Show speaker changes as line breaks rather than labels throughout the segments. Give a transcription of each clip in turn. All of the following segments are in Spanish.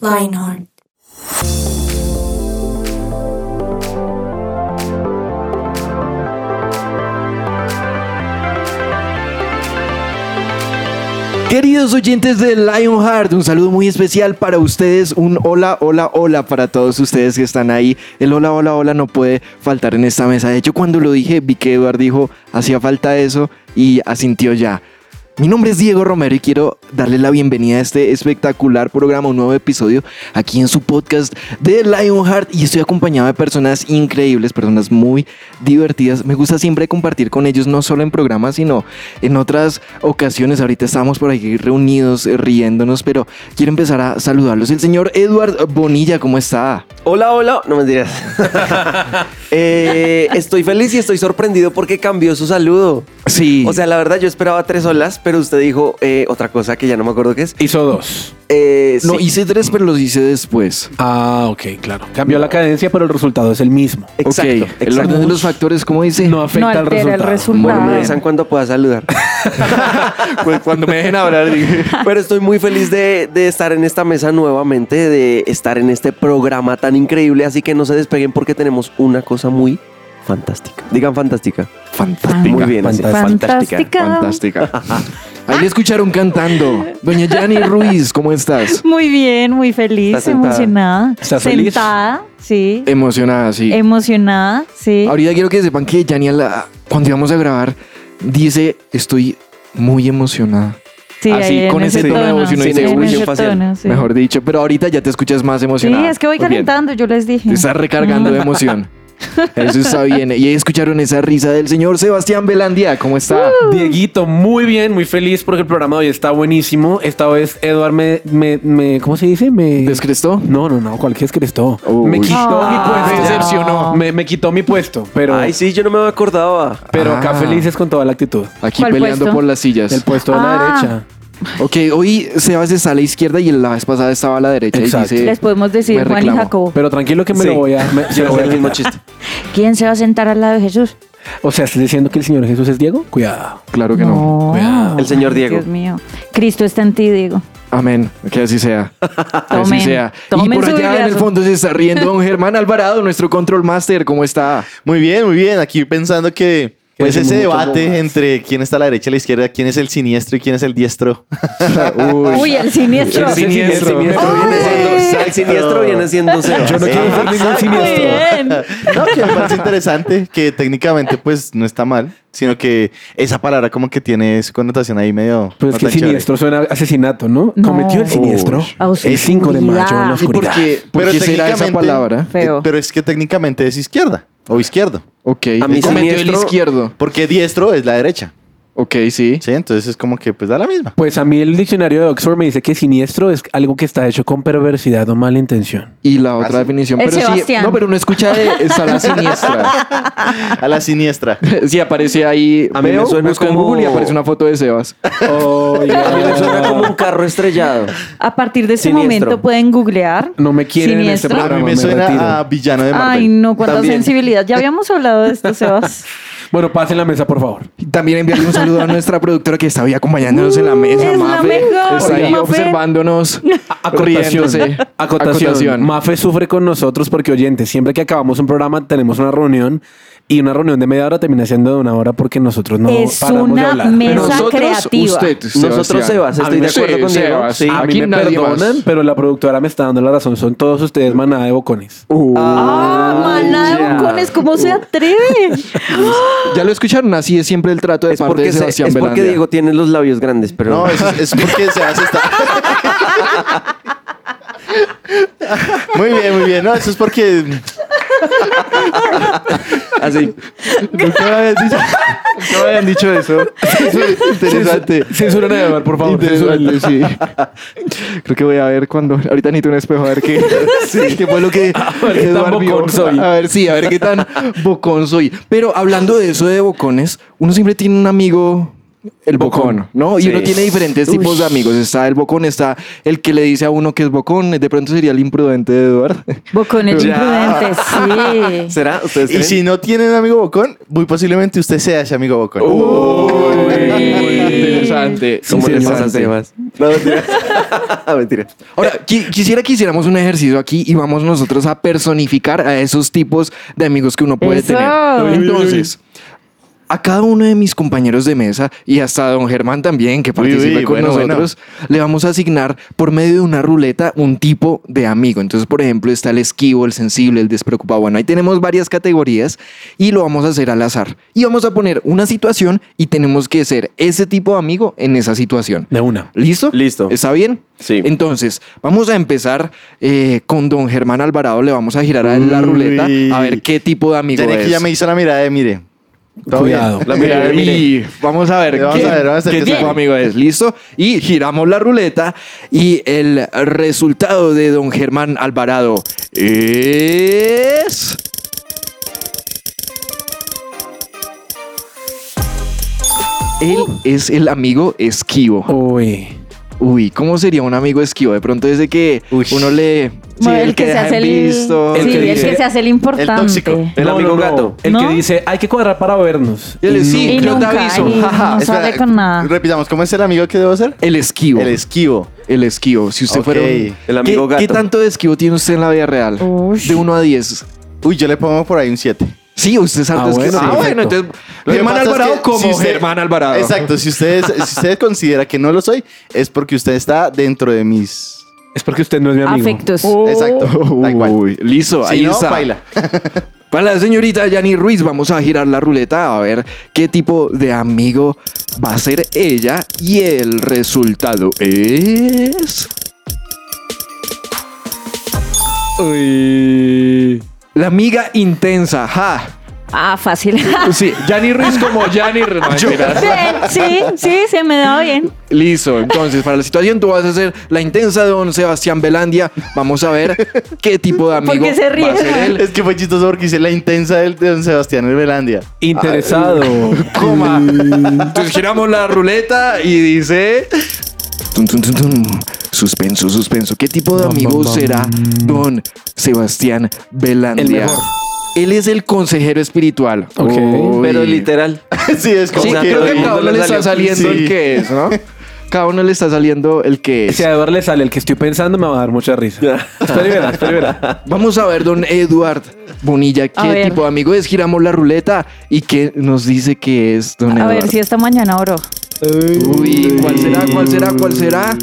Lionheart.
Queridos oyentes de Lionheart, un saludo muy especial para ustedes, un hola, hola, hola para todos ustedes que están ahí. El hola, hola, hola no puede faltar en esta mesa. De hecho, cuando lo dije, vi que Eduard dijo, hacía falta eso y asintió ya. Mi nombre es Diego Romero y quiero darle la bienvenida a este espectacular programa, un nuevo episodio aquí en su podcast de Lionheart y estoy acompañado de personas increíbles, personas muy divertidas. Me gusta siempre compartir con ellos, no solo en programas, sino en otras ocasiones. Ahorita estamos por aquí reunidos, eh, riéndonos, pero quiero empezar a saludarlos. El señor Edward Bonilla, ¿cómo está?
Hola, hola. No me dirás. estoy feliz y estoy sorprendido porque cambió su saludo.
Sí.
O sea, la verdad, yo esperaba tres olas, pero usted dijo eh, otra cosa que ya no me acuerdo qué es.
Hizo dos.
Eh,
no,
sí,
hice tres, pero los hice después.
Ah, ok, claro. Cambió la cadencia, pero el resultado es el mismo.
Exacto,
Ok, El
exacto.
orden de los factores, ¿cómo dice?
No afecta
No
al
altera
resultado.
el
Bueno,
resultado.
me avisan cuando pueda saludar.
Pues cuando me dejen hablar, dije.
Pero estoy muy feliz de, de estar en esta mesa nuevamente, de estar en este programa tan increíble. Así que no se despeguen porque tenemos una cosa muy fantástica. Digan fantástica.
Fantástica.
Muy bien, así.
Fantástica.
Fantástica. Ahí le escucharon cantando. Doña Yani Ruiz, ¿cómo estás?
Muy bien, muy feliz,
¿Estás sentada?
emocionada.
¿Estás feliz?
sentada, sí.
Emocionada, sí.
Em- Emocionada, sí.
Ahorita quiero que sepan que Yani, a la- cuando íbamos a grabar, dice: Estoy muy emocionada.
sí
así,
ahí en
con ese tono de voz y uno
sí,
dice,
en
"Uy,
ese
un facial".
tono, sí.
Mejor dicho, pero ahorita ya te escuchas más
Sí,
emocionada.
es que voy
Muy bien.
calentando, yo les dije. Ah,
Te estás recargando de emoción. Eso está bien. Y ahí escucharon esa risa del señor Sebastián Belandía. ¿Cómo está?
Uh.
Dieguito, muy bien, muy feliz porque el programa de hoy está buenísimo. Esta vez Eduard me, me, me- ¿cómo se dice? Me
¿Descrestó?
No, no, no, cualquier es Crestó.
Uy.
Me quitó
Ah.
mi puesto.
Me decepcionó.
Me, me quitó mi puesto, pero,
Ay, sí, yo no me acordaba.
pero acá
Ah. Pues.
felices con toda la actitud.
Aquí
¿Cuál
peleando
puesto?
por las sillas.
El puesto de
Ah.
la derecha.
Ok, hoy Sebas está a la izquierda y la vez pasada estaba a la derecha.
Exacto.
Y dice,
les podemos decir,
me
Juan
reclamo.
y Jacobo.
Pero tranquilo que me lo
Sí.
voy a... me- se
Yo
lo
no
voy
sé
a
el mismo
quitar.
chiste.
¿Quién se va a sentar al lado de Jesús?
O sea, ¿estás diciendo que el Señor Jesús es Diego? Cuidado.
Claro que no.
Cuidado.
El señor Diego.
Dios mío. Cristo está en ti, Diego.
Amén. Que así sea. Que así
Tomen,
sea. Y
tomen
por
su
allá en el
bibliazo.
fondo se está riendo don Germán Alvarado, nuestro control master. ¿Cómo está?
Muy bien, muy bien. Aquí pensando que pues
decimos
ese
muchas
debate
bobadas.
entre quién está a la derecha y a la izquierda, quién es el siniestro y quién es el diestro.
Uy, el siniestro.
El siniestro.
El siniestro
Ay.
viene siendo- el siniestro viene siendo Sebas.
Yo no quiero ser ningún
Muy
siniestro.
bien.
No, que me parece interesante, que técnicamente pues no está mal, sino que esa palabra como que tiene su connotación ahí medio...
Pues
no
es que
tan chévere.
siniestro suena a asesinato, ¿no?
No.
Cometió el siniestro.
Uy.
A
El 5 de
oscuridad.
mayo en la
Sí,
oscuridad.
Porque,
Pero
porque será esa
técnicamente-
palabra.
Feo.
Eh, pero es que técnicamente es izquierda o izquierdo,
Ok.
A mí
Él cometió el
siniestro-
izquierdo.
porque diestro es la derecha,
Ok, sí.
¿sí? Entonces es como que pues da la misma.
Pues a mí el diccionario de Oxford me dice que siniestro es algo que está hecho con perversidad o mala intención.
Y la otra
sí.
definición.
El
Pero sí.
Sebastián.
No, pero uno escucha de está a la siniestra.
A la siniestra.
Sí, aparece ahí.
A mí me
veo,
suena
busco en
como-
Google y aparece una foto de Sebas.
A mí me suena como un carro estrellado.
A partir de ese
Siniestro.
momento pueden googlear.
No me quieren en este
Siniestro.
A
programa.
mí
me
me
retiro.
suena a villano de Marvel.
Ay, no, cuánta
También.
sensibilidad. Ya habíamos hablado de esto, Sebas.
Bueno, pasen la mesa, por favor.
Y También enviarle un saludo a nuestra productora que está hoy acompañándonos en la mesa,
Mm, es la
Mafe.
mejor,
Está ahí
Mafe.
observándonos.
Acotación,
riéndose.
acotación.
Acotación.
Mafe sufre con nosotros porque, oyente, siempre que acabamos un programa tenemos una reunión y una reunión de media hora termina siendo de una hora porque nosotros no
Es
paramos de
una
hablar.
mesa
Nosotros-
creativa.
Usted,
Nosotros, Sebas,
A mí
estoy de
me-
acuerdo
Sí,
con Diego.
Sebas.
Sí.
a mí
Aquí
me
nadie más.
perdonan, pero la productora me está dando la razón. Son todos ustedes maná de bocones.
Ah, maná de
ya.
bocones, ¿cómo se atreve?
Ya lo escucharon, así es siempre el trato de
Es
parte
porque,
de
se-
Sebastián
es porque
Belandia.
Diego tiene los labios grandes, pero
No, es, es porque se hace esta. muy bien, muy bien. No, eso es porque.
Así.
Nunca me habían dicho, nunca me habían dicho eso. Eso es interesante.
Censuran a Eduard, por favor.
Interesante,
censúrenle.
sí. Creo que voy a ver cuando. Ahorita necesito un espejo a ver qué, qué fue lo que
Ah, ver qué tan
Eduard vio.
bocón soy.
A ver, sí,
Sí, a ver qué tan bocón soy. Pero hablando de eso de bocones, uno siempre tiene un amigo, el bocón, ¿no? Y
Sí.
uno tiene diferentes tipos de amigos. Está el bocón, está el que le dice a uno que es bocón. De pronto sería el imprudente de Eduardo.
Bocones
Ya.
imprudentes, sí.
¿Será? ¿Ustedes
Y
creen?
si no tienen amigo Bocón, muy posiblemente usted sea ese amigo Bocón.
Interesante.
¿Cómo les pasa a
interesante.
Sebas? No, mentiras. mentiras.
Ahora, qui- quisiera que hiciéramos un ejercicio aquí y vamos nosotros a personificar a esos tipos de amigos que uno puede
Eso.
tener. Entonces, a cada uno de mis compañeros de mesa y hasta a don Germán también, que participa
uy,
con
bueno,
nosotros, le vamos a asignar por medio de una ruleta un tipo de amigo. Entonces, por ejemplo, está el esquivo, el sensible, el despreocupado. Bueno, ahí tenemos varias categorías y lo vamos a hacer al azar. Y vamos a poner una situación y tenemos que ser ese tipo de amigo en esa situación.
De una.
¿Listo?
Listo.
¿Está bien?
Sí.
Entonces, vamos a empezar eh, con don Germán Alvarado. Le vamos a girar a él la
Uy.
ruleta a ver qué tipo de amigo
Yanek
es.
ya me hizo la mirada de mire. Todo bien.
Cuidado.
La mirada de mire.
Y vamos a ver,
Vamos
qué,
a ver, vamos a ver
qué
qué
tipo de
tal.
amigo es. ¿Listo? Y giramos la ruleta y el resultado de don Germán Alvarado es... Él es el amigo esquivo.
Uy.
Uy, ¿cómo sería un amigo esquivo? De pronto ese que
Uy.
uno le... sí,
Bueno,
el que
se
deja
hace
en
el,
visto.
sí,
el que
el
dice-
que se hace el importante.
El tóxico.
El amigo gato.
El que
¿No?
dice, hay que cuadrar para vernos.
Y él es,
Y
sí, yo te
nunca,
aviso.
y-
jaja.
No sale con nada.
Repitamos, ¿cómo es el amigo que debo ser?
El esquivo.
El esquivo.
El esquivo. Si usted
Ok.
fuera un...
El amigo
¿Qué,
gato.
¿Qué tanto de esquivo tiene usted en la vida real?
Ush.
De 1 a 10.
Uy, yo le pongo por ahí un 7.
Sí, usted es alto
Ah,
esquivo.
bueno,
ah,
sí,
bueno,
perfecto.
entonces... Germán Alvarado como Germán Alvarado.
Exacto, si ustedes, si ustedes considera que no lo soy, es porque usted está dentro de mis...
Es porque usted no es mi amigo. Oh.
Afectos.
Exacto, tal cual.
Oh. Uy, listo,
Si
ahí
no,
está.
baila.
Para la señorita Yani Ruiz, vamos a girar la ruleta a ver qué tipo de amigo va a ser ella. Y el resultado es.
Uy.
La amiga intensa, ja.
Ah, fácil.
Sí, Yani Ruiz como Yani Ruiz. No, mentiras.
Bien, sí, sí, se me da bien.
Listo, entonces para la situación tú vas a ser la intensa don Sebastián Belandia. Vamos a ver qué tipo de amigo
qué se
va a
ríe?
ser él.
Es que fue chistoso porque hice la intensa del de don Sebastián Herbelandia.
Interesado.
coma. Entonces Mm, pues giramos la ruleta y dice. Tun, tun, tun, tun. Suspenso, suspenso. ¿Qué tipo de amigo
bam, bam.
será don Sebastián Belandia?
El mejor.
Él es el consejero espiritual.
Ok.
Uy.
Pero literal.
sí, es como
Sí,
sea,
creo
todo
que
el
a cada
mundo
uno
le
le está
salió.
saliendo
Sí.
el que es, ¿no? Cada uno le está saliendo el que es.
Si a Eduard le sale el que estoy pensando, me va a dar mucha risa. Espera y verá, espera y verá.
Vamos a ver, don Eduard Bonilla,
A
qué
ver.
tipo de amigo es. Giramos la ruleta y qué nos dice que es, don
A
Eduard.
ver si esta mañana oro.
Uy, ¿cuál será? ¿Cuál será? ¿Cuál será?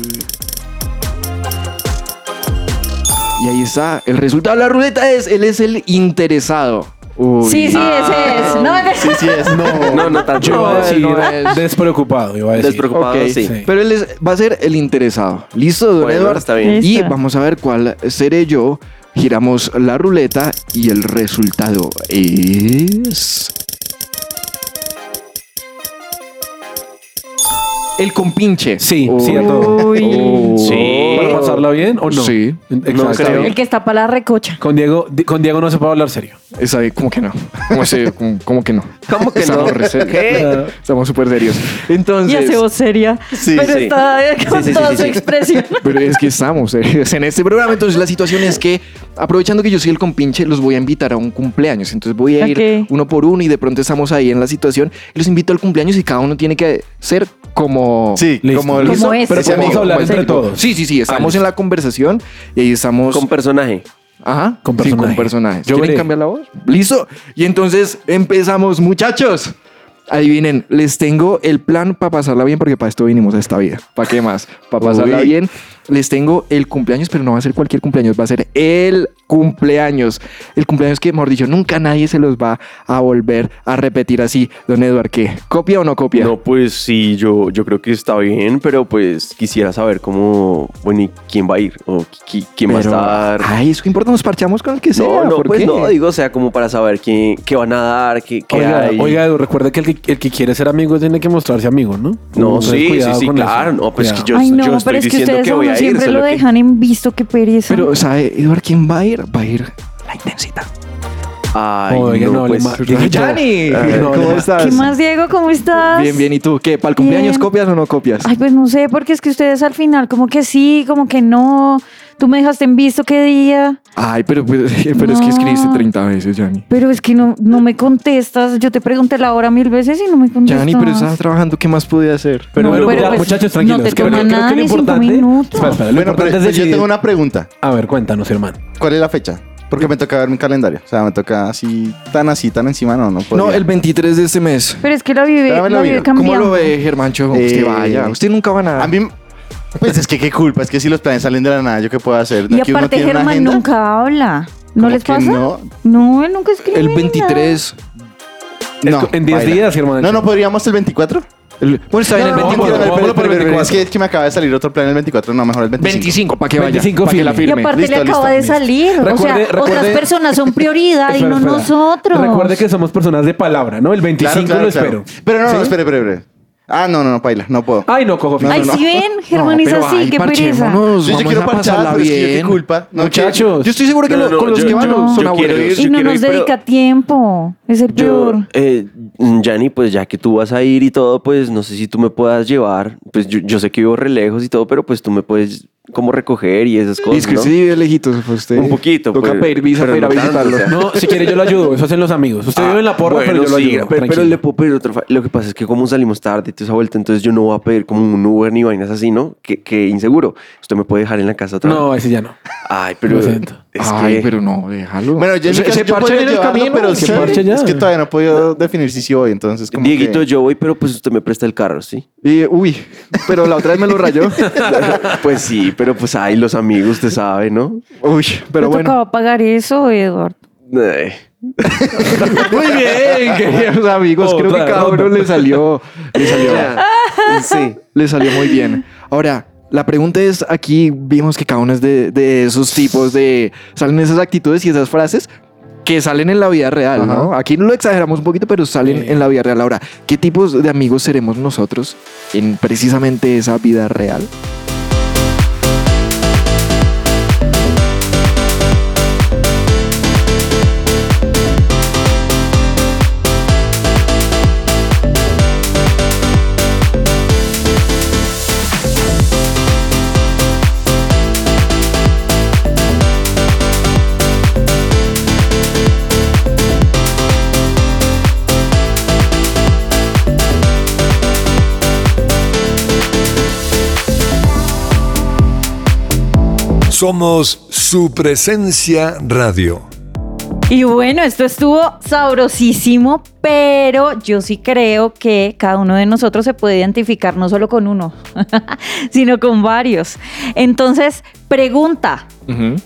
Y ahí está. El resultado de la ruleta es: él es el interesado. Uy. ah,
Sí, sí, ese es. No, no,
Sí, sí, es. No.
No, no tanto.
Yo iba a decir
no es.
despreocupado. Yo iba a decir.
Despreocupado,
Ok.
sí.
Sí.
Pero él es- va a ser el interesado. ¿Listo, don
Bueno,
Eduardo?
está bien.
Y
Listo.
vamos a ver cuál seré yo. Giramos la ruleta y el resultado es. El compinche.
Sí,
Oh.
cierto.
Oh.
¿Para pasarla bien o no?
Sí.
Exacto.
creo.
El que está para la recocha.
Con Diego, di- con Diego no se puede hablar serio.
Está bien, ¿cómo que no? ¿Cómo, se- cómo- cómo que no?
¿Cómo que no?
Estamos re serios.
¿Qué?
Estamos súper serios.
Y hace
Entonces,
voz seria.
Sí,
pero
sí.
está eh, con
Sí, sí, sí,
toda
sí,
su
sí.
expresión.
pero es que estamos serios en este programa. Entonces, la situación es que, aprovechando que yo soy el compinche, los voy a invitar a un cumpleaños. Entonces, voy a ir
Ok.
uno por uno y de pronto estamos ahí en la situación. Y los invito al cumpleaños y cada uno tiene que ser como.
Sí,
Listo.
como el...
Listo.
Como ese.
Pero
Ese
podemos
amigo,
hablar
como ese
entre
amigo.
todos.
Sí, sí, sí.
Ah,
Estamos
listo.
en la conversación y ahí estamos.
Con personaje.
Ajá.
Con
Sí,
personaje.
personajes.
Yo
¿Quieren
veré.
cambiar la voz? Listo. Y entonces empezamos, muchachos. Adivinen, les tengo el plan para pasarla bien, porque para esto vinimos a esta vida. ¿Para qué más? Para pasarla
Uy.
bien. les tengo el cumpleaños, pero no va a ser cualquier cumpleaños, va a ser el cumpleaños. El cumpleaños que, mejor dicho, nunca nadie se los va a volver a repetir así. Don Eduard, ¿qué? ¿Copia o no copia?
No, pues sí, yo, yo creo que está bien, pero pues quisiera saber cómo, bueno, ¿y quién va a ir? ¿O qui- qui- quién va a
Pero,
estar?
Ay, eso que importa, nos parchamos con el que sea.
no, no,
¿por
pues
qué?
no, digo, o sea, como para saber quién, qué van a dar, qué, qué
Oiga,
hay.
oiga, Edu, recuerda que el, que el que quiere ser amigo tiene que mostrarse amigo, ¿no?
no,
Entonces,
sí, sí,
cuidado
sí,
con eso.
claro. No, pues que
Cuidado.
yo,
Ay, no,
yo estoy
pero es que
diciendo
ustedes
que,
a
voy
uno
a ir.
siempre
solo
lo
que-
dejan en visto, qué pereza.
Pero, ¿sabe, Eduard, quién va a ir? Va a ir la intensita.
Ay,
Oiga,
no,
no, le
pues.
ma- Digo,
¡Yani!
Ah, no,
¿Cómo
no.
estás?
¿Qué más, Diego? ¿Cómo estás?
Bien, bien. ¿Y tú? ¿Qué? ¿Para el cumpleaños
Bien.
copias o no copias?
Ay, pues no sé, porque es que ustedes al final, como que sí, como que no. Tú me dejaste en visto qué día,
Ay, pero, pues, pero es que
No.
escribiste 30 veces, Yani.
pero es que no, no me contestas. Yo te pregunté la hora mil veces y no me contestas.
Yani, pero estabas trabajando, ¿qué más podía hacer?
Pero
No,
bueno,
pero
ya,
pues,
muchachos,
no
tranquilos.
te
creo-
coman
creo
nada
que lo
ni cinco
importante.
minutos.
Espera, espera, lo
Bueno, pero
importante es
pues yo
decidir-
tengo una pregunta.
A ver, cuéntanos, hermano.
¿Cuál es la fecha? Porque me toca ver mi calendario. O sea, me toca así, tan así, tan encima, no, no podría.
No, el 23 de este mes.
Pero es que la vive,
Espérame,
la
la
vive
vida.
¿Cómo
cambiando.
lo ve, Germancho?
Eh,
Usted vaya. Usted nunca va a nada.
A mí, pues es que qué culpa, es que si los planes salen de la nada, ¿yo qué puedo hacer?
Y
¿No que uno
aparte,
tiene una
Germán
agenda?
nunca habla. ¿No
¿Cómo
les
que
pasa?
no?
No, él nunca escribe.
el
ni
23.
Es
No,
co- en 10
baila.
días, hermano.
No, no podríamos el 24.
el- bueno, está bien, el
No, no,
24.
vámonos,
vámonos
vámonos
por
por
el
el 24. Es
24.
que, es que me acaba de salir otro plan el 24, no, mejor el 25.
25, para que vaya.
25
para que la
Y
firme.
aparte
Listo,
le acaba
listo,
de
listo.
salir. o
Recuerde-
sea,
recuerde-
otras personas son prioridad y
Espera,
no
espera.
nosotros.
Recuerde que somos personas de palabra, ¿no? El 25
Claro, claro,
lo
claro.
espero.
Pero no, no, espere, espere, espere. Ah, no, no, no, paila, no puedo.
Ay, no, cojo.
Ay, sí ven, Germán es
pero
así,
ay,
qué pereza.
parchémonos,
Sí, yo
vamos
quiero
a
parchar,
pasarla
pero es que yo qué
bien.
culpa. No,
Muchachos.
Yo estoy seguro que
No,
lo-
no,
con los
yo-
que van
yo-
son
yo quiero
aburridos.
ir.
y no
quiero
nos
ir, pero-
dedica tiempo. Es el
Yo,
peor.
eh, Yanni, pues ya que tú vas a ir y todo, pues no sé si tú me puedas llevar. Pues yo, yo sé que vivo re lejos y todo, pero pues tú me puedes como recoger y esas cosas.
Es que
¿no?
sí vive lejitos fue usted.
Un poquito,
Toca
pues,
pedir visa
pero
para ir a
no tanto,
visitarlo.
o sea.
No, si quiere yo lo ayudo. Eso hacen los amigos. Usted
Ah,
vive en la porra,
bueno,
pero yo lo
sí,
ayudo.
Pero, pero
tranquilo.
le puedo pedir otra fa- Lo que pasa es que como salimos tarde y toda esa vuelta, entonces yo no voy a pedir como un Uber ni vainas así, ¿no? Que, que inseguro. Usted me puede dejar en la casa otra
No,
vez.
ese ya no.
Ay, pero...
Lo siento.
Es
Ay,
que...
pero no, déjalo.
Bueno, yo en mi
se,
caso,
se
yo
parchan
podría
en el
llevarlo,
camino.
pero
se
sí,
parche ya.
es que todavía no he podido definir si sí voy, entonces como
Dieguito,
que-
yo voy, pero pues usted me presta el carro, ¿sí?
Y, uy, pero la otra vez me lo rayó.
pues sí, pero pues ay, los amigos, usted sabe, ¿no?
Uy, pero
Te
bueno.
tocaba pagar eso, Eduardo.
Eh.
Muy bien, queridos amigos. Creo que
Otra
cada uno
ronda.
le salió, le salió,
Sí.
le salió muy bien. Ahora, la pregunta es, aquí vimos que cada uno es de, de esos tipos de... Salen esas actitudes y esas frases que salen en la vida real,
Ajá.
¿no? Aquí lo exageramos un poquito, pero salen
Sí.
en la vida real. Ahora, ¿qué tipos de amigos seremos nosotros en precisamente esa vida real?
Somos su presencia radio.
Y bueno, esto estuvo sabrosísimo, pero yo sí creo que cada uno de nosotros se puede identificar no solo con uno, sino con varios. Entonces, pregunta,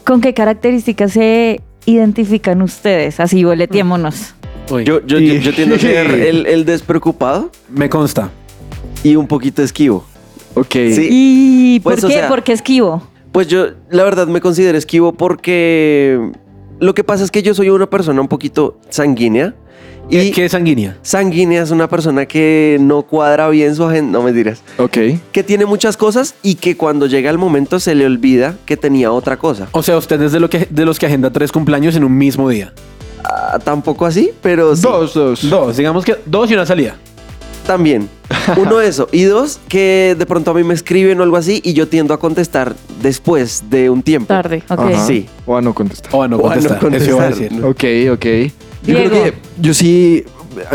¿con qué características se identifican ustedes? Así boleteémonos.
Mm. Yo, yo, yo, yo tiendo a ser el, el despreocupado
Me consta.
y un poquito esquivo.
Ok.
Sí.
¿Y por
Pues, o
qué?
sea-
¿Por qué esquivo?
Pues yo, la verdad, me considero esquivo porque lo que pasa es que yo soy una persona un poquito sanguínea.
¿Y
Y
qué es sanguínea?
sanguínea es una persona que no cuadra bien su agenda, no me dirás,
Ok.
que tiene muchas cosas y que cuando llega el momento se le olvida que tenía otra cosa.
O sea, usted es de, lo que, de los que agenda tres cumpleaños en un mismo día.
Ah, tampoco así, pero sí,
Dos, dos.
Dos, digamos que dos y una salida.
también. Uno eso. Y dos, que de pronto a mí me escriben o algo así y yo tiendo a contestar después de un tiempo.
Tarde, ok.
Ajá.
Sí.
O a no contestar.
O a no
O a no
contestar. Eso iba a decir.
contestar.
Ok, ok. Yo creo
Diego.
que yo sí,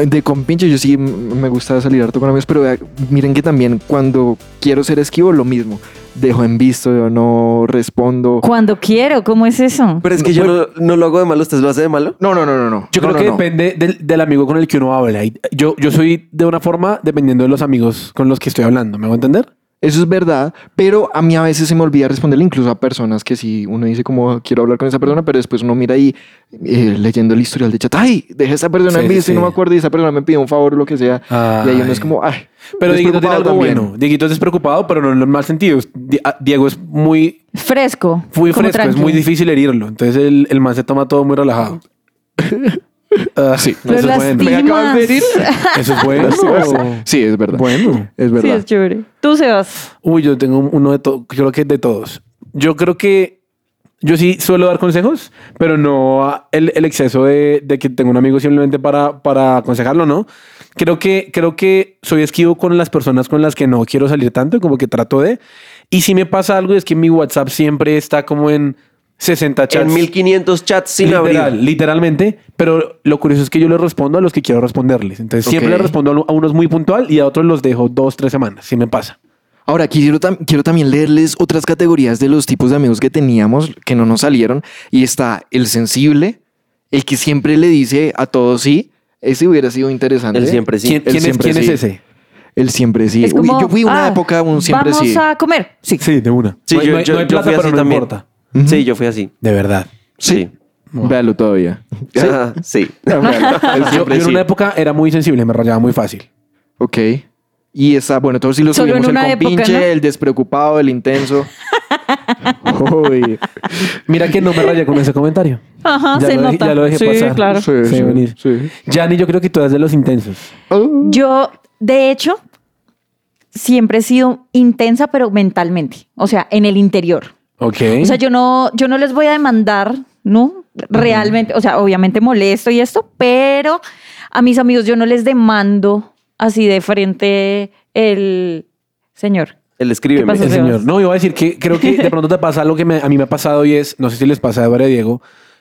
de compinche, yo sí m- me gusta salir harto con amigos, pero vea, miren que también cuando quiero ser esquivo, lo mismo. Dejo en visto, yo no respondo.
Cuando quiero, ¿cómo es eso?
Pero es que yo no, no lo hago de malo, ¿usted lo hace de malo?
No, no, no, no, no.
Yo
No,
creo
no,
que
no.
depende del, del amigo con el que uno habla. Y Yo, yo soy de una forma dependiendo de los amigos con los que estoy hablando. ¿Me voy a entender?
Eso es verdad, pero a mí a veces se me olvida responderle incluso a personas que si uno dice como quiero hablar con esa persona, pero después uno mira ahí eh, leyendo el historial de chat, ay, dejé a esa persona
Sí,
en visto
sí.
y no me acuerdo y esa persona me pidió un favor o lo que sea. Y ahí uno
Ay.
es como, ay,
Pero Dieguito
despreocupado
tiene algo
también.
bueno. Dieguito es despreocupado, pero no en el mal sentido. Di- a- Diego es muy,
Fresco.
muy
como
fresco, es muy
tranquilo.
difícil herirlo. Entonces el, el man se toma todo muy relajado. Ah,
Sí.
eso es
Lo
bueno.
lastimas.
Eso es bueno.
Sí, es verdad.
bueno.
Es
Sí,
verdad.
es chévere. Tú, Sebas.
Uy, yo tengo uno de todos. Yo creo que es de todos. Yo creo que yo sí suelo dar consejos, pero no a- el, el exceso de, de que tengo un amigo simplemente para, para aconsejarlo, ¿no? Creo que, creo que soy esquivo con las personas con las que no quiero salir tanto, como que trato de. Y si me pasa algo, es que mi WhatsApp siempre está como en 60 chats.
En 1500 chats sin
Literal,
abrir.
literalmente, pero lo curioso es que yo le respondo a los que quiero responderles. Entonces siempre
Ok.
le respondo a lo- a unos muy puntual y a otros los dejo dos, tres semanas, si me pasa.
Ahora, quiero, tam- quiero también leerles otras categorías de los tipos de amigos que teníamos que no nos salieron. Y está el sensible, el que siempre le dice a todos sí. Ese hubiera sido interesante.
El siempre sí.
¿Quién,
Él
quién es,
siempre
quién es
sí.
ese?
El siempre sí.
es
Uy,
como,
yo fui una
ah,
época un siempre
Vamos
sí.
a comer. Sí.
Sí, de una.
Sí,
no, hay-
yo,
no hay-
yo-
no hay
yo
plata,
fui
pero
así
no
también.
importa.
Sí, yo fui así.
De verdad.
Sí.
Véalo todavía.
Ah, sí.
El
Yo,
siempre
yo en
sí.
una época era muy sensible, me rayaba muy fácil.
Ok. Y está, bueno, todos sí los
Solo en
subimos, el
una época,
compinche,
¿no?
el despreocupado, el intenso. Uy.
Mira que no me raya con ese comentario.
Ajá,
Ya
se
lo dejé-
nota.
ya lo dejé
sí,
pasar.
claro.
Sí,
Sí,
sí,
venir.
sí.
Jani, yo creo que tú eres de los intensos.
Oh.
Yo, de hecho, siempre he sido intensa, pero mentalmente. O sea, en el interior.
Ok.
O sea, yo no, yo no les voy a demandar, ¿no? Realmente, o sea, obviamente molesto y esto, pero a mis amigos yo no les demando así de frente el señor.
Él
¿Qué
escríbeme.
pasó?
El
Sebas.
señor. No, iba a decir que creo que de pronto te pasa algo que me- a mí me ha pasado y es, no sé si les pasa a Eduardo y a Diego,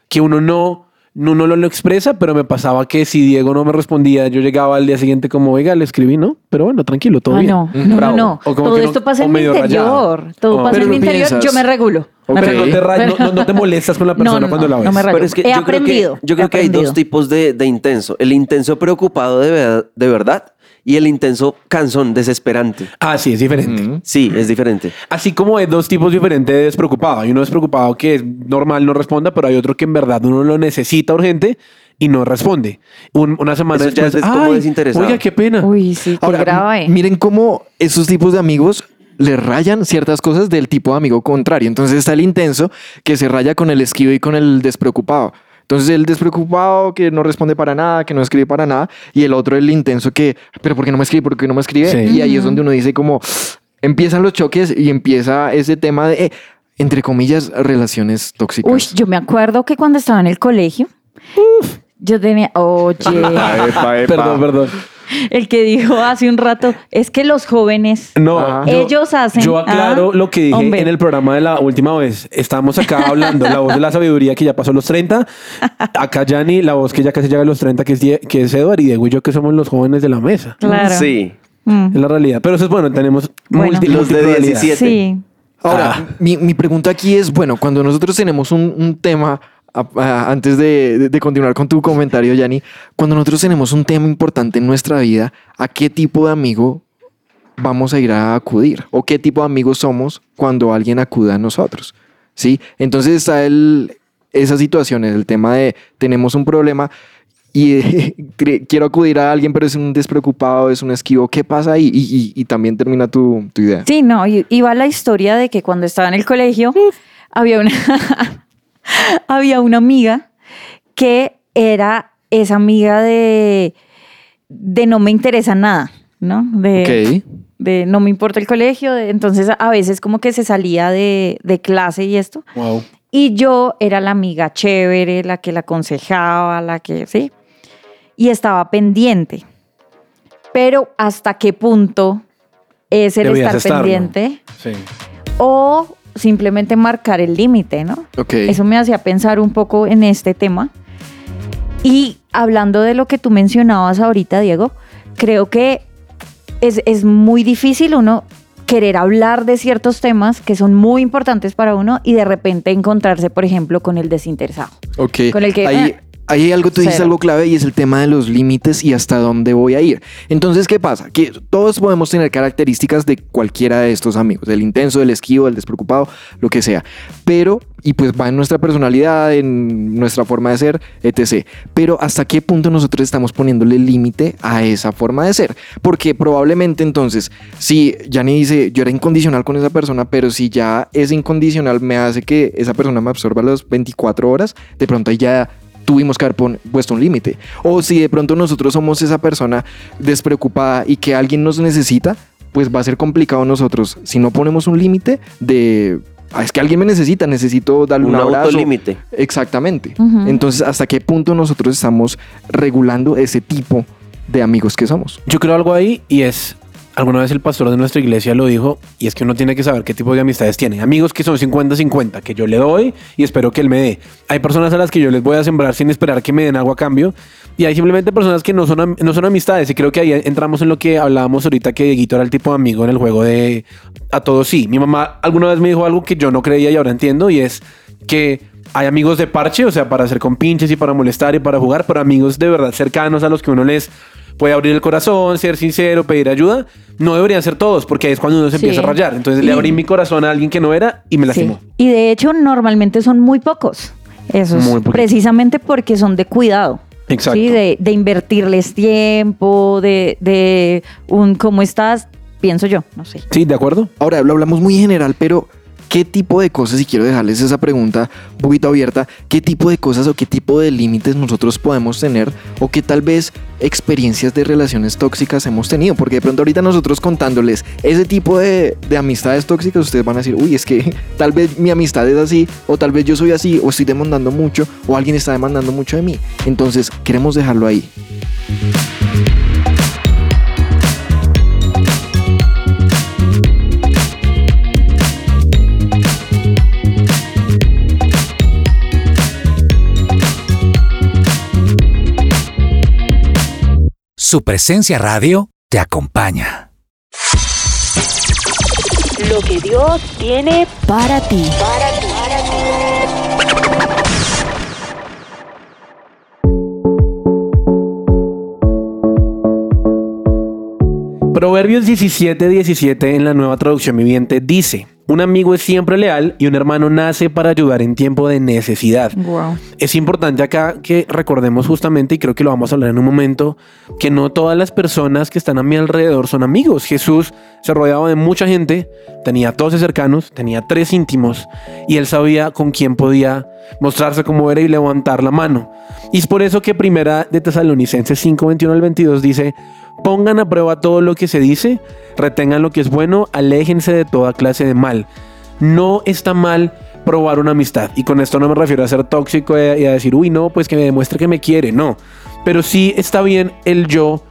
que uno no, no, no lo, lo expresa, pero me pasaba que si Diego no me respondía, yo llegaba al día siguiente como, oiga, le escribí, ¿no? Pero bueno, tranquilo, todo
Ah,
bien.
no, no, no,
Bravo.
no.
O como
Todo
que no-
esto pasa
o
en mi
medio
interior.
rayado.
Todo
Oh.
pasa
Pero
en mi
lo
interior.
piensas.
Yo me regulo. Me
O sea, no
regulo.
te, ra- no- no- no te molestas con la
No,
persona
no,
cuando
no,
la ves.
no me rayo.
Pero es que
He
yo
aprendido,
creo que, yo creo
he
que hay
aprendido.
dos tipos de, de intenso. El intenso preocupado de, ver- de verdad y el intenso cansón, desesperante.
Ah, sí, es diferente.
Sí, es diferente.
Así como hay dos tipos diferentes de despreocupado. Hay uno despreocupado que es normal, no responda, pero hay otro que en verdad uno lo necesita urgente y no responde. Un- una semana
Eso ya
después
es como
"Ay,
desinteresado".
Oiga, qué pena.
Uy, sí, eh. qué
Ahora,
grave.
m- miren cómo esos tipos de amigos le rayan ciertas cosas del tipo de amigo contrario. Entonces está el intenso que se raya con el esquivo y con el despreocupado. Entonces el despreocupado que no responde para nada, que no escribe para nada, y el otro el intenso que, pero ¿por qué no me escribe? ¿Por qué no me escribe?
Sí.
Y ahí es donde uno dice como, empiezan los choques y empieza ese tema de, eh, entre comillas, relaciones tóxicas.
Uy, yo me acuerdo que cuando estaba en el colegio, yo tenía, oye,
Perdón, perdón.
el que dijo hace un rato, es que los jóvenes,
No,
Ajá.
yo-
ellos hacen.
Yo aclaro
Ah,
lo que dije
hombre.
en el programa de la última vez. Estamos acá hablando la voz de la sabiduría que ya pasó los 30. Acá Yanni, la voz que ya casi llega a los 30, que es, Die- que es Eduard y Diego y yo, que somos los jóvenes de la mesa.
Claro.
Sí.
Mm.
Es la realidad. Pero eso es bueno, tenemos
Bueno.
multi-
Los de
multipluralidad.
17. siete.
Sí.
Ahora,
Ah.
mi, mi pregunta aquí es, bueno, cuando nosotros tenemos un, un tema, a- a- antes de, de- de continuar con tu comentario, Yanni, cuando nosotros tenemos un tema importante en nuestra vida, ¿a qué tipo de amigo vamos a ir a acudir? ¿O qué tipo de amigos somos cuando alguien acuda a nosotros? ¿Sí? Entonces está el, esas situaciones, el tema de tenemos un problema y eh, cre- quiero acudir a alguien, pero es un despreocupado, es un esquivo, ¿qué pasa ahí? Y, y- y también termina tu, tu idea.
Sí, no, y- iba la historia de que cuando estaba en el colegio había una, había una amiga que era esa amiga de, de no me interesa nada, ¿no? De,
Ok.
de no me importa el colegio, de- entonces a veces como que se salía de, de clase y esto.
Wow.
Y yo era la amiga chévere, la que la aconsejaba, la que, sí. Y estaba pendiente. Pero hasta qué punto es el
Deberías
estar
estarlo.
pendiente
Sí.
o simplemente marcar el límite, ¿no?
Ok.
Eso me hacía pensar un poco en este tema. Y hablando de lo que tú mencionabas ahorita, Diego, creo que es, es muy difícil uno querer hablar de ciertos temas que son muy importantes para uno y de repente encontrarse, por ejemplo, con el desinteresado.
Ok.
Con el que,
ahí,
ah,
ahí hay algo, tú dices
Cero.
algo clave y es el tema de los límites y hasta dónde voy a ir. Entonces, ¿qué pasa? Que todos podemos tener características de cualquiera de estos amigos, el intenso, el esquivo, el despreocupado, lo que sea. Pero, y pues va en nuestra personalidad, en nuestra forma de ser, etc. Pero hasta qué punto nosotros estamos poniéndole límite a esa forma de ser. Porque probablemente entonces, si Yanni dice, yo era incondicional con esa persona, pero si ya es incondicional, me hace que esa persona me absorba las 24 horas, de pronto ahí ya tuvimos que haber pon- puesto un límite. O si de pronto nosotros somos esa persona despreocupada y que alguien nos necesita, pues va a ser complicado nosotros. Si no ponemos un límite de... "Ah, Es que alguien me necesita, necesito darle un,
Un
abrazo.
autolímite.
Exactamente.
Ujú.
Entonces, ¿hasta qué punto nosotros estamos regulando ese tipo de amigos que somos?
Yo creo algo ahí y es, alguna vez el pastor de nuestra iglesia lo dijo, y es que uno tiene que saber qué tipo de amistades tiene. Amigos que son 50-50, que yo le doy y espero que él me dé. Hay personas a las que yo les voy a sembrar sin esperar que me den algo a cambio. Y hay simplemente personas que no son, am- no son amistades. Y creo que ahí entramos en lo que hablábamos ahorita, que Dieguito era el tipo de amigo en el juego de a todos sí. Mi mamá alguna vez me dijo algo que yo no creía y ahora entiendo, y es que hay amigos de parche, o sea, para hacer compinches y para molestar y para jugar, pero amigos de verdad cercanos a los que uno les puede abrir el corazón, ser sincero, pedir ayuda, no deberían ser todos, porque ahí es cuando uno se
Sí.
empieza a rayar. Entonces le
Y-
abrí mi corazón a alguien que no era y me lastimó.
Sí. Y de hecho, normalmente son muy pocos. Esos,
Muy poquito.
precisamente porque son de cuidado.
Exacto.
¿sí? De, de invertirles tiempo, de, de un cómo estás, pienso yo, no sé.
Sí, ¿de acuerdo?
Ahora, lo hablamos muy general, pero ¿qué tipo de cosas, y quiero dejarles esa pregunta un poquito abierta, qué tipo de cosas o qué tipo de límites nosotros podemos tener o qué tal vez experiencias de relaciones tóxicas hemos tenido? Porque de pronto ahorita nosotros contándoles ese tipo de, de amistades tóxicas, ustedes van a decir, uy, es que tal vez mi amistad es así, o tal vez yo soy así, o estoy demandando mucho, o alguien está demandando mucho de mí. Entonces, queremos dejarlo ahí.
Su presencia radio te acompaña.
Lo que Dios tiene
Para ti.
para ti.
Proverbios 17, 17 en la nueva traducción viviente dice, un amigo es siempre leal y un hermano nace para ayudar en tiempo de necesidad.
Wow.
Es importante acá que recordemos justamente, y creo que lo vamos a hablar en un momento, que no todas las personas que están a mi alrededor son amigos. Jesús se rodeaba de mucha gente, tenía 12 cercanos, tenía tres íntimos, y él sabía con quién podía mostrarse como era y levantar la mano. Y es por eso que Primera de Tesalonicenses 5, 21 al 22 dice, pongan a prueba todo lo que se dice, retengan lo que es bueno, aléjense de toda clase de mal no está mal probar una amistad. Y con esto no me refiero a ser tóxico y a- y a decir, uy, no, pues que me demuestre que me quiere. No. Pero sí está bien el yo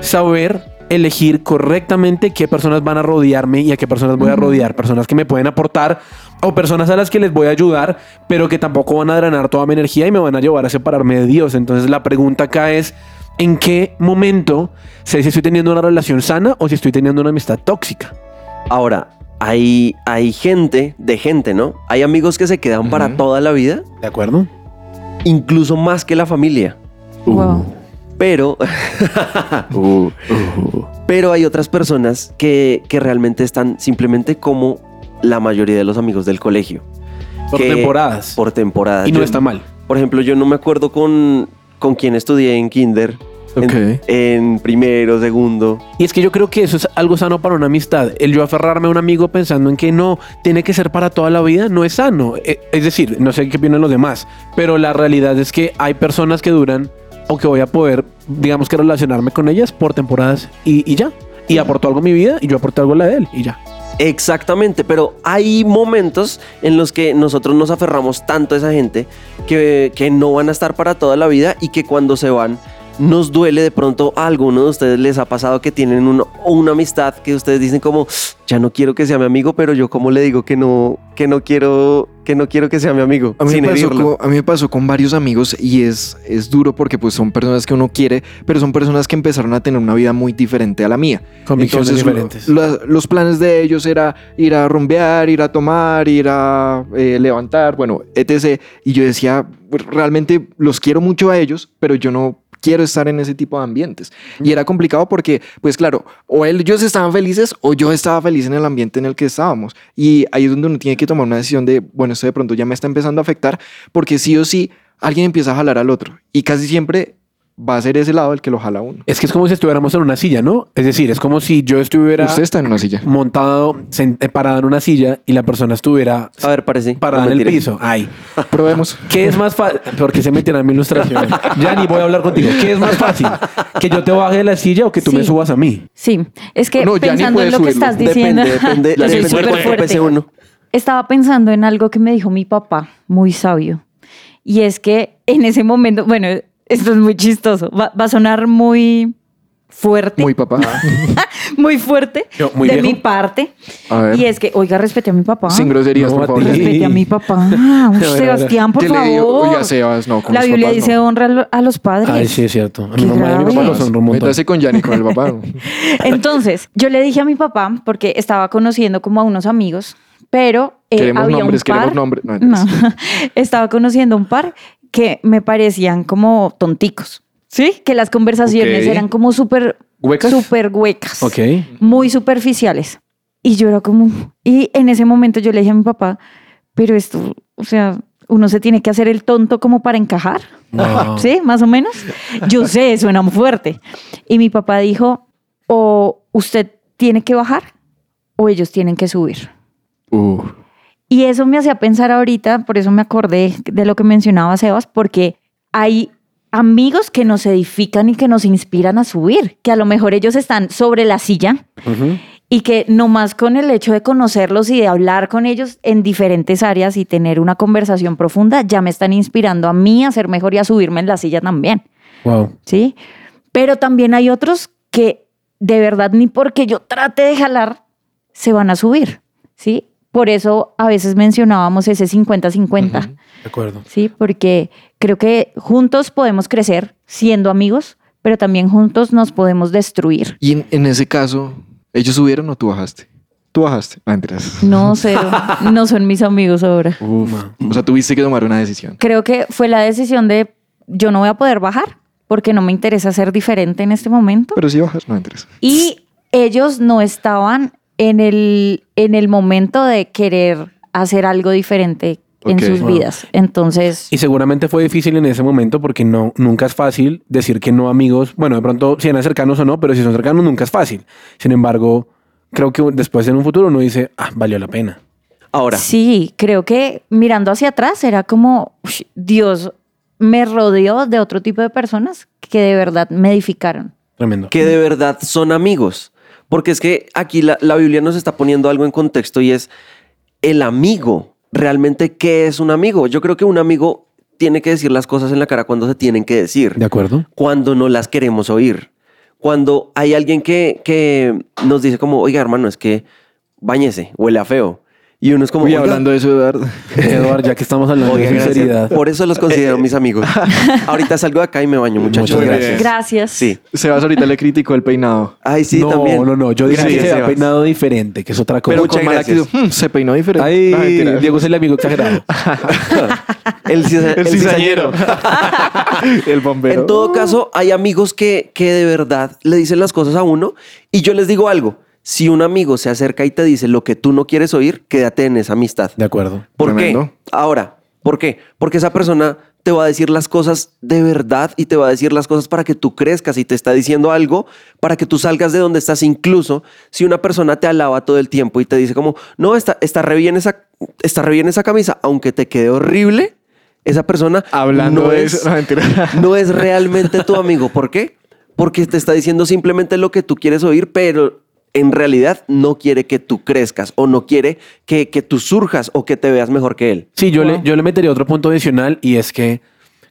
saber elegir correctamente qué personas van a rodearme y a qué personas voy a rodear. Personas que me pueden aportar o personas a las que les voy a ayudar, pero que tampoco van a drenar toda mi energía y me van a llevar a separarme de Dios. Entonces la pregunta acá es, ¿en qué momento sé si estoy teniendo una relación sana o si estoy teniendo una amistad tóxica?
Ahora, hay, hay gente de gente, ¿no? Hay amigos que se quedan para toda la vida,
¿De acuerdo?
incluso más que la familia.
Wow.
Pero,
Uh,
pero hay otras personas que, que realmente están simplemente como la mayoría de los amigos del colegio.
Por
que-
temporadas.
Por temporadas.
y no
Ah, Yo-
está mal.
Por ejemplo, yo no me acuerdo con, con quién estudié en kinder. en-
Ok.
En, primero, segundo.
Y es que yo creo que eso es algo sano para una amistad. El yo aferrarme a un amigo pensando en que no, tiene que ser para toda la vida, no es sano. E- Es decir, no sé qué opinan los demás, pero la realidad es que hay personas que duran o que voy a poder, digamos que relacionarme con ellas por temporadas y, y ya. Y aportó algo a mi vida y yo aporté algo a la de él y ya.
Exactamente, pero hay momentos en los que nosotros nos aferramos tanto a esa gente que, que no van a estar para toda la vida y que cuando se van nos duele de pronto a alguno de ustedes les ha pasado que tienen un- una amistad que ustedes dicen como ya no quiero que sea mi amigo, pero yo como le digo que no, que no quiero, que no quiero que sea mi amigo,
A mí,
sin
me pasó
herirlo.
con, a mí me pasó con varios amigos y es, es duro porque pues son personas que uno quiere, pero son personas que empezaron a tener una vida muy diferente a la mía.
Convicciones
Entonces,
diferentes.
lo- la- los planes de ellos era ir a rumbear, ir a tomar, ir a eh, levantar, bueno, etc. Y yo decía, "Pues, realmente los quiero mucho a ellos, pero yo no quiero estar en ese tipo de ambientes. Y era complicado porque, pues claro, o él- ellos estaban felices o yo estaba feliz en el ambiente en el que estábamos. Y ahí es donde uno tiene que tomar una decisión de, bueno, esto de pronto ya me está empezando a afectar, porque sí o sí, alguien empieza a jalar al otro. Y casi siempre va a ser ese lado el que lo jala a uno.
Es que es como si estuviéramos en una silla, ¿no? Es decir, es como si yo estuviera
Usted está en una silla.
montado, sen- eh, parado en una silla y la persona estuviera
A ver, parece.
parada
Ah, No,
en el
mentira.
piso. Ay.
Probemos.
¿Qué es más fácil? Porque se metieron a mi ilustración. ya ni voy a hablar contigo. ¿Qué es más fácil? ¿Que yo te baje de la silla o que tú
Sí.
me subas a mí?
Sí, es que
No, ya ni
pensando en
puedes
lo que
subirlo.
estás diciendo,
Depende, depende,
yo soy
depende del
súper
cuerpo
fuerte.
de uno.
estaba pensando en algo que me dijo mi papá, muy sabio. Y es que en ese momento, bueno, esto es muy chistoso, va, va a sonar muy fuerte,
Muy
muy,
papá.
fuerte
Yo, muy
de
viejo.
mi parte.
A ver.
Y es ah. que, oiga, respete a mi papá.
Sin groserías,
No,
por
a
favor.
ti.
Respete a mi papá. Uy,
Pero,
Sebastián, por
¿Qué le digo?
favor.
Oiga, Sebas, no, con
La
los
Biblia
papás no.
dice honra a lo- a los padres.
Ay, sí, es cierto.
Qué
Mi mamá y mi papá
grave.
lo son un montón.
Métase con Yanni, con el papá.
Entonces, yo le dije a mi papá, porque estaba conociendo como a unos amigos, pero eh,
Queremos
había
nombres,
un par,
queremos nombres. No,
No, estaba conociendo un par que me parecían como tonticos, ¿sí? Que las conversaciones
Ok.
eran como súper...
¿Huecas?
Súper huecas.
Ok.
Muy superficiales. Y yo era como... Y en ese momento yo le dije a mi papá, pero esto, o sea... Uno se tiene que hacer el tonto como para encajar.
No.
¿Sí? Más o menos. Yo sé, suena muy fuerte. Y mi papá dijo, o usted tiene que bajar o ellos tienen que subir.
Uh,
Y eso me hacía pensar ahorita, por eso me acordé de lo que mencionaba Sebas, porque hay amigos que nos edifican y que nos inspiran a subir, que a lo mejor ellos están sobre la silla
Ujú.
y que nomás con el hecho de conocerlos y de hablar con ellos en diferentes áreas y tener una conversación profunda, ya me están inspirando a mí a ser mejor y a subirme en la silla también.
Wow.
¿sí? Pero también hay otros que de verdad ni porque yo trate de jalar se van a subir, ¿sí? Por eso a veces mencionábamos ese 50-50,
De acuerdo.
¿sí? Porque creo que juntos podemos crecer siendo amigos, pero también juntos nos podemos destruir.
y en, en ese caso, ¿ellos subieron o tú bajaste? Tú bajaste. Ah, mentiras.
No, cero, no son mis amigos ahora.
Uf. O sea, tuviste que tomar una decisión.
Creo que fue la decisión de yo no voy a poder bajar porque no me interesa ser diferente en este momento.
Pero si bajas, no entres.
Y ellos no estaban en el, en el momento de querer hacer algo diferente en
Ok.
sus
Ah.
vidas. Entonces,
Y seguramente fue difícil en ese momento porque no, nunca es fácil decir que no a amigos. Bueno, de pronto, si eran cercanos o no, pero si son cercanos, nunca es fácil. Sin embargo, creo que después en un futuro uno dice, ah, valió la pena.
Ahora,
sí, creo que mirando hacia atrás era como, "Ush, Dios me rodeó de otro tipo de personas que de verdad me edificaron.
Tremendo.
que de verdad son amigos. Porque es que aquí la, la Biblia nos está poniendo algo en contexto y es el amigo. Realmente, ¿qué es un amigo? Yo creo que un amigo tiene que decir las cosas en la cara cuando se tienen que decir.
De acuerdo.
cuando no las queremos oír. Cuando hay alguien que, que nos dice como, oiga, hermano, es que bañese, huele a feo. Y uno es como,
Uy,
"Oiga,
hablando de eso, Eduardo.
Eduardo, ya que estamos hablando
oiga,
de
gracias".
sinceridad.
Por eso los considero mis amigos. Ahorita salgo de acá y me baño, muchachos.
Muchas gracias.
Gracias.
Sí.
Sebas ahorita le criticó el peinado.
Ay, sí,
no,
también.
no, no. Yo dije
Gracias,
que se ha
Sebas.
peinado diferente, que es otra cosa.
Pero con mala
Aquí, hmm, se peinó diferente.
Ay,
No, mentiras.
Diego es el amigo exagerado.
El, cisa-
El
el cizañero.
cizañero. el bombero.
En todo caso, hay amigos que, que de verdad le dicen las cosas a uno. Y yo les digo algo. Si un amigo se acerca y te dice lo que tú no quieres oír, quédate en esa amistad.
De acuerdo.
¿Por
Tremendo.
qué? Ahora, ¿por qué? Porque esa persona te va a decir las cosas de verdad y te va a decir las cosas para que tú crezcas y te está diciendo algo para que tú salgas de donde estás. Incluso si una persona te alaba todo el tiempo y te dice como, no, está, está, re, bien esa, está re bien esa camisa, aunque te quede horrible, esa persona
Hablando
no
de
es-
eso. No, mentira.
no es realmente tu amigo. ¿Por qué? Porque te está diciendo simplemente lo que tú quieres oír, pero en realidad no quiere que tú crezcas o no quiere que, que tú surjas o que te veas mejor que él.
Sí, yo, le, yo le metería otro punto adicional y es que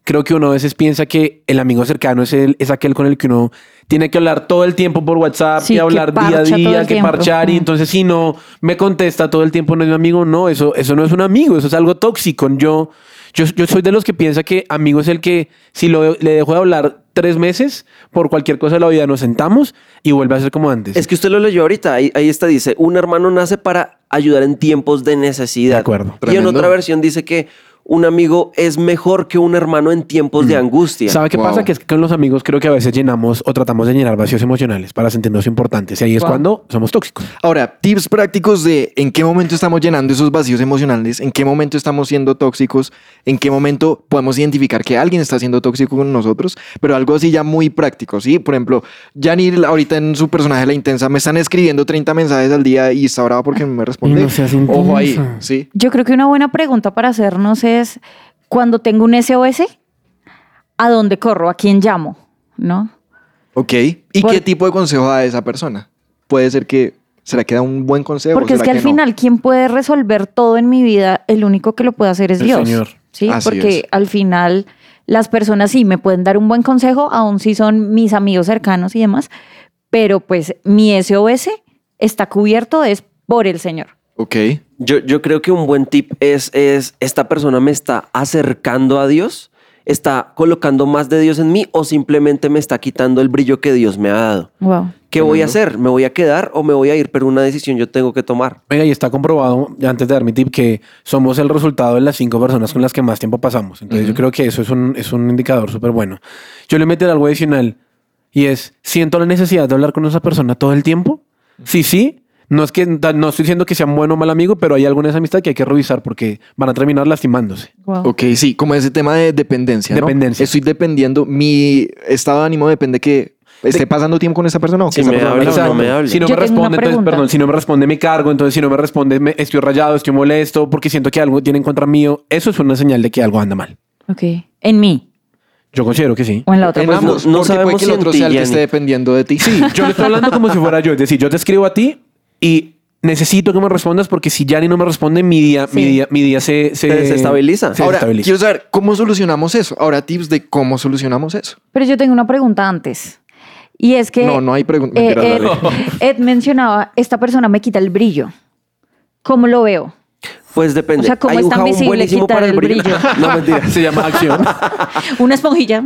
creo que uno a veces piensa que el amigo cercano es, el, es aquel con el que uno tiene que hablar todo el tiempo por WhatsApp
Sí,
y
que
hablar día a
parcha todo el
día, que
tiempo.
parchar. Y
Mm.
entonces, si no me contesta todo el tiempo, no es mi amigo. No, eso, eso no es un amigo, eso es algo tóxico. Yo, yo, yo soy de los que piensa que amigo es el que, si lo, le dejo de hablar tres meses, por cualquier cosa de la vida nos sentamos y vuelve a ser como antes.
Es que usted lo leyó ahorita, ahí, ahí está, dice, un hermano nace para ayudar en tiempos de necesidad.
De acuerdo.
Y
Tremendo.
en otra versión dice que un amigo es mejor que un hermano en tiempos de angustia.
¿Sabe qué
Wow.
pasa? Que es que con los amigos creo que a veces llenamos o tratamos de llenar vacíos emocionales para sentirnos importantes. Y ahí es cuando somos tóxicos.
Ahora, tips prácticos de en qué momento estamos llenando esos vacíos emocionales, en qué momento estamos siendo tóxicos, en qué momento podemos identificar que alguien está siendo tóxico con nosotros, pero algo así ya muy práctico, ¿sí? Por ejemplo, Janir ahorita en su personaje La Intensa me están escribiendo 30 mensajes al día y está brava porque no me responde.
No seas intensa.
Ojo ahí, ¿sí?
Yo creo que una buena pregunta para hacernos es, cuando tengo un SOS, ¿a dónde corro? ¿A quién llamo? ¿No?
Ok. ¿Y
Por-
qué tipo de consejo da esa persona? Puede ser que se le queda un buen consejo.
Porque es
será
que al
no?
final, quien puede resolver todo en mi vida, el único que lo puede hacer es
El
Dios.
Señor.
Sí,
Así
porque
es.
al final las personas sí me pueden dar un buen consejo, aun si son mis amigos cercanos y demás, pero pues mi SOS está cubierto es por el Señor.
Ok.
Yo, yo creo que un buen tip es, es, esta persona me está acercando a Dios, está colocando más de Dios en mí o simplemente me está quitando el brillo que Dios me ha dado.
Wow.
¿Qué voy a hacer? ¿Me voy a quedar o me voy a ir? Pero una decisión yo tengo que tomar.
Venga, y está comprobado, ya antes de dar mi tip, que somos el resultado de las cinco personas con las que más tiempo pasamos. Entonces yo creo que eso es un, es un indicador súper bueno. Yo le meto algo adicional y es, ¿siento la necesidad de hablar con esa persona todo el tiempo? Sí, sí. No es que no estoy diciendo que sean buen o mal amigo, pero hay alguna de esa amistad que hay que revisar porque van a terminar lastimándose.
Ok, sí, como ese tema de dependencia. ¿no?
Dependencia.
Estoy dependiendo, mi estado de ánimo depende que esté pasando tiempo con esa persona o que
Si
esa
me
persona
habla
me
o no
hable.
me habla.
Si no
Yo
me
tengo
responde,
una
entonces,
pregunta.
perdón, si no me responde me cargo, entonces si no me responde me- estoy rayado, estoy molesto porque siento que algo tiene en contra mío, eso es una señal de que algo anda mal.
Ok. En mí
Yo considero que sí.
o en la otra
En
persona.
no-
ambos,
no
porque puede
sabemos
que el
si en
otro
ti,
sea el que
Jenny.
esté dependiendo de ti.
Sí, yo le estoy hablando como si fuera yo. Es decir, yo te escribo a ti y necesito que me respondas porque si Yanni no me responde, mi día, mi día, mi día se, se
Se desestabiliza.
se
Ahora,
desestabiliza.
quiero saber cómo solucionamos eso. Ahora, tips de cómo solucionamos eso.
Pero yo tengo una pregunta antes. Y es que.
No, no hay pregunta.
eh,
Mentira,
Ed, Ed mencionaba: esta persona me quita el brillo. ¿Cómo lo veo?
Pues depende.
O sea, ¿cómo
Hay
es
un
tan
jabón
visible
buenísimo
quitar
para el
el
brillo.
brillo?
no, mentira.
Ah, Se llama acción.
¿Una esponjilla?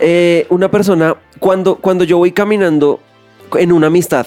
Eh, una persona, cuando, cuando yo voy caminando en una amistad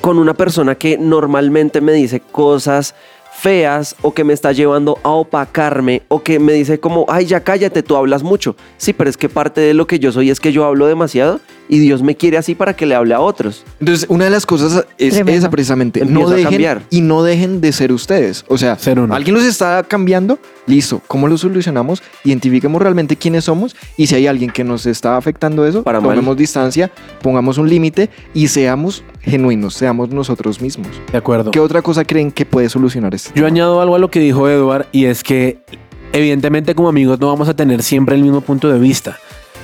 con una persona que normalmente me dice cosas feas o que me está llevando a opacarme o que me dice como, ay, ya cállate, tú hablas mucho. Sí, pero es que parte de lo que yo soy es que yo hablo demasiado y Dios me quiere así para que le hable a otros.
Entonces, una de las cosas es
Tremendo.
esa precisamente.
Empieza
No
a
dejen
cambiar.
y no dejen de ser ustedes. O sea,
Ser uno.
alguien los está cambiando, listo. ¿Cómo lo solucionamos? Identifiquemos realmente quiénes somos y si hay alguien que nos está afectando eso,
Para mal.
tomemos distancia, pongamos un límite y seamos genuinos, seamos nosotros mismos.
De acuerdo.
¿Qué otra cosa creen que puede solucionar esto?
Yo añado algo a lo que dijo Eduard y es que evidentemente como amigos no vamos a tener siempre el mismo punto de vista,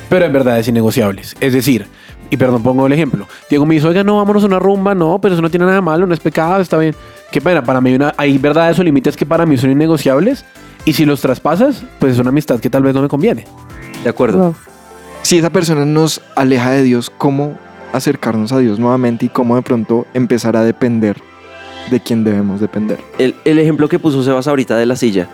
pero en verdad es innegociables. Es decir, y perdón, pongo el ejemplo. Diego me dice, oiga, no, vámonos a una rumba, no, pero eso no tiene nada de malo, no es pecado, está bien. Qué pena, para mí hay una, hay verdades o límites que para mí son innegociables y si los traspasas, pues es una amistad que tal vez no me conviene.
De acuerdo.
Wow.
si esa persona nos aleja de Dios, cómo acercarnos a Dios nuevamente y cómo de pronto empezar a depender de quien debemos depender.
el, el ejemplo que puso Sebas ahorita de la silla.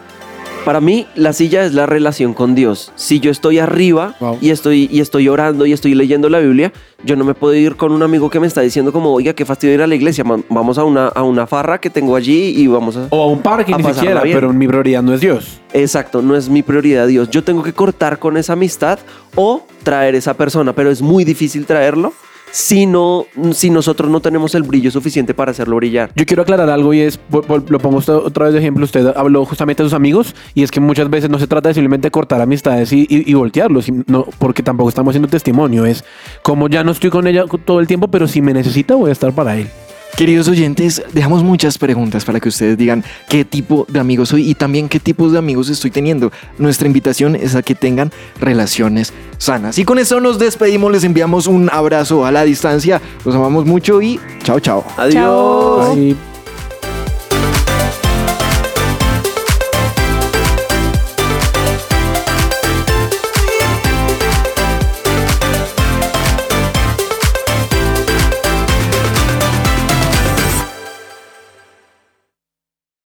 Para mí, la silla es la relación con Dios. Si yo estoy arriba
Wow.
y, estoy, y estoy orando y estoy leyendo la Biblia, yo no me puedo ir con un amigo que me está diciendo como, oiga, qué fastidio ir a la iglesia, man- vamos a una, a una farra que tengo allí y vamos a...
O a un parque
A
ni
pasarla
siquiera,
bien.
pero mi prioridad no es Dios.
Exacto, no es mi prioridad Dios. Yo tengo que cortar con esa amistad o traer esa persona, pero es muy difícil traerlo si, no, si nosotros no tenemos el brillo suficiente para hacerlo brillar.
Yo quiero aclarar algo y es, vol- vol- lo pongo usted otra vez de ejemplo, usted habló justamente de sus amigos y es que muchas veces no se trata de simplemente cortar amistades y, y- y voltearlos, y no, porque tampoco estamos haciendo testimonio, es como ya no estoy con ella todo el tiempo, pero si me necesita voy a estar para él.
Queridos oyentes, dejamos muchas preguntas para que ustedes digan qué tipo de amigos soy y también qué tipos de amigos estoy teniendo. Nuestra invitación es a que tengan relaciones sanas. Y con eso nos despedimos, les enviamos un abrazo a la distancia, los amamos mucho y chao chao.
Adiós.
Chao.
Ay,